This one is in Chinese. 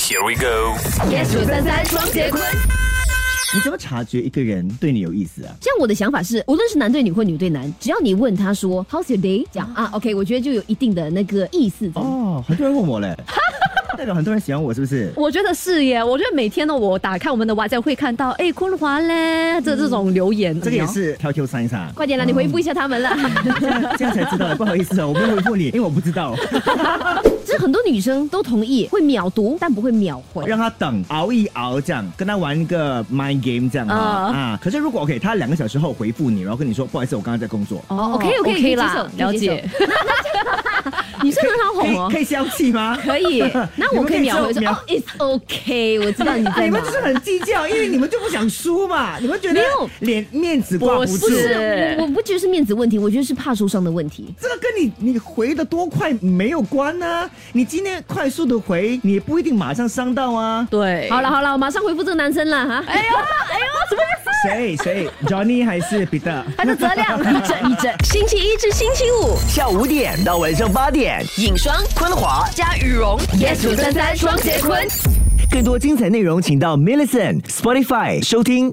Here we go。 Yes 九三三双节棍。你怎么察觉一个人对你有意思啊？像我的想法是，无论是男对女或女对男，只要你问他说 How's your day，讲啊 OK，我觉得就有一定的那个意思在。哦，很多人问我嘞，代表很多人喜欢我是不是？我觉得是耶，我觉得每天呢，我打开我们的 WhatsApp 会看到，哎，昆华嘞，这这种留言，嗯这个也是嗯挑 Q 三傻，哎快点啦，你回复一下他们啦。这样才知道。不好意思啊，我没有回复你， 因为我不知道， 这很多女生都同意会秒读，但不会秒回。哦让他等熬一熬这样，跟他玩一个 mind game 这样啊啊啊。可是如果 OK，他两个小时后回复你，然后跟你说不好意思，我刚刚在工作，哦 OK，OK，可以接受啦，了可以接解。 女生很好可以哄哦可，以消气吗？ 可以，那我可以秒回说你们可以秒哦，It's OK，我知道你在哎 你忙们就。是很计较，因为你们就不想输嘛，你们觉得没有脸面子挂不住。不是我我不觉得是面子问题，我觉得是怕受伤的问题。这个跟你你回的多快没有关啊，你今天快速的回，你也不一定马上伤到 啊。对，好了，好了，我马上回复这个男生了哈。哎呀，谁谁，Johnny 还是 Peter？还是泽亮，一整一整。星期一至星期五，下午五点到晚上八点，影双昆华。加羽绒 Yes 九三三双节棍。更多精彩内容，请到 Millison Spotify 收听。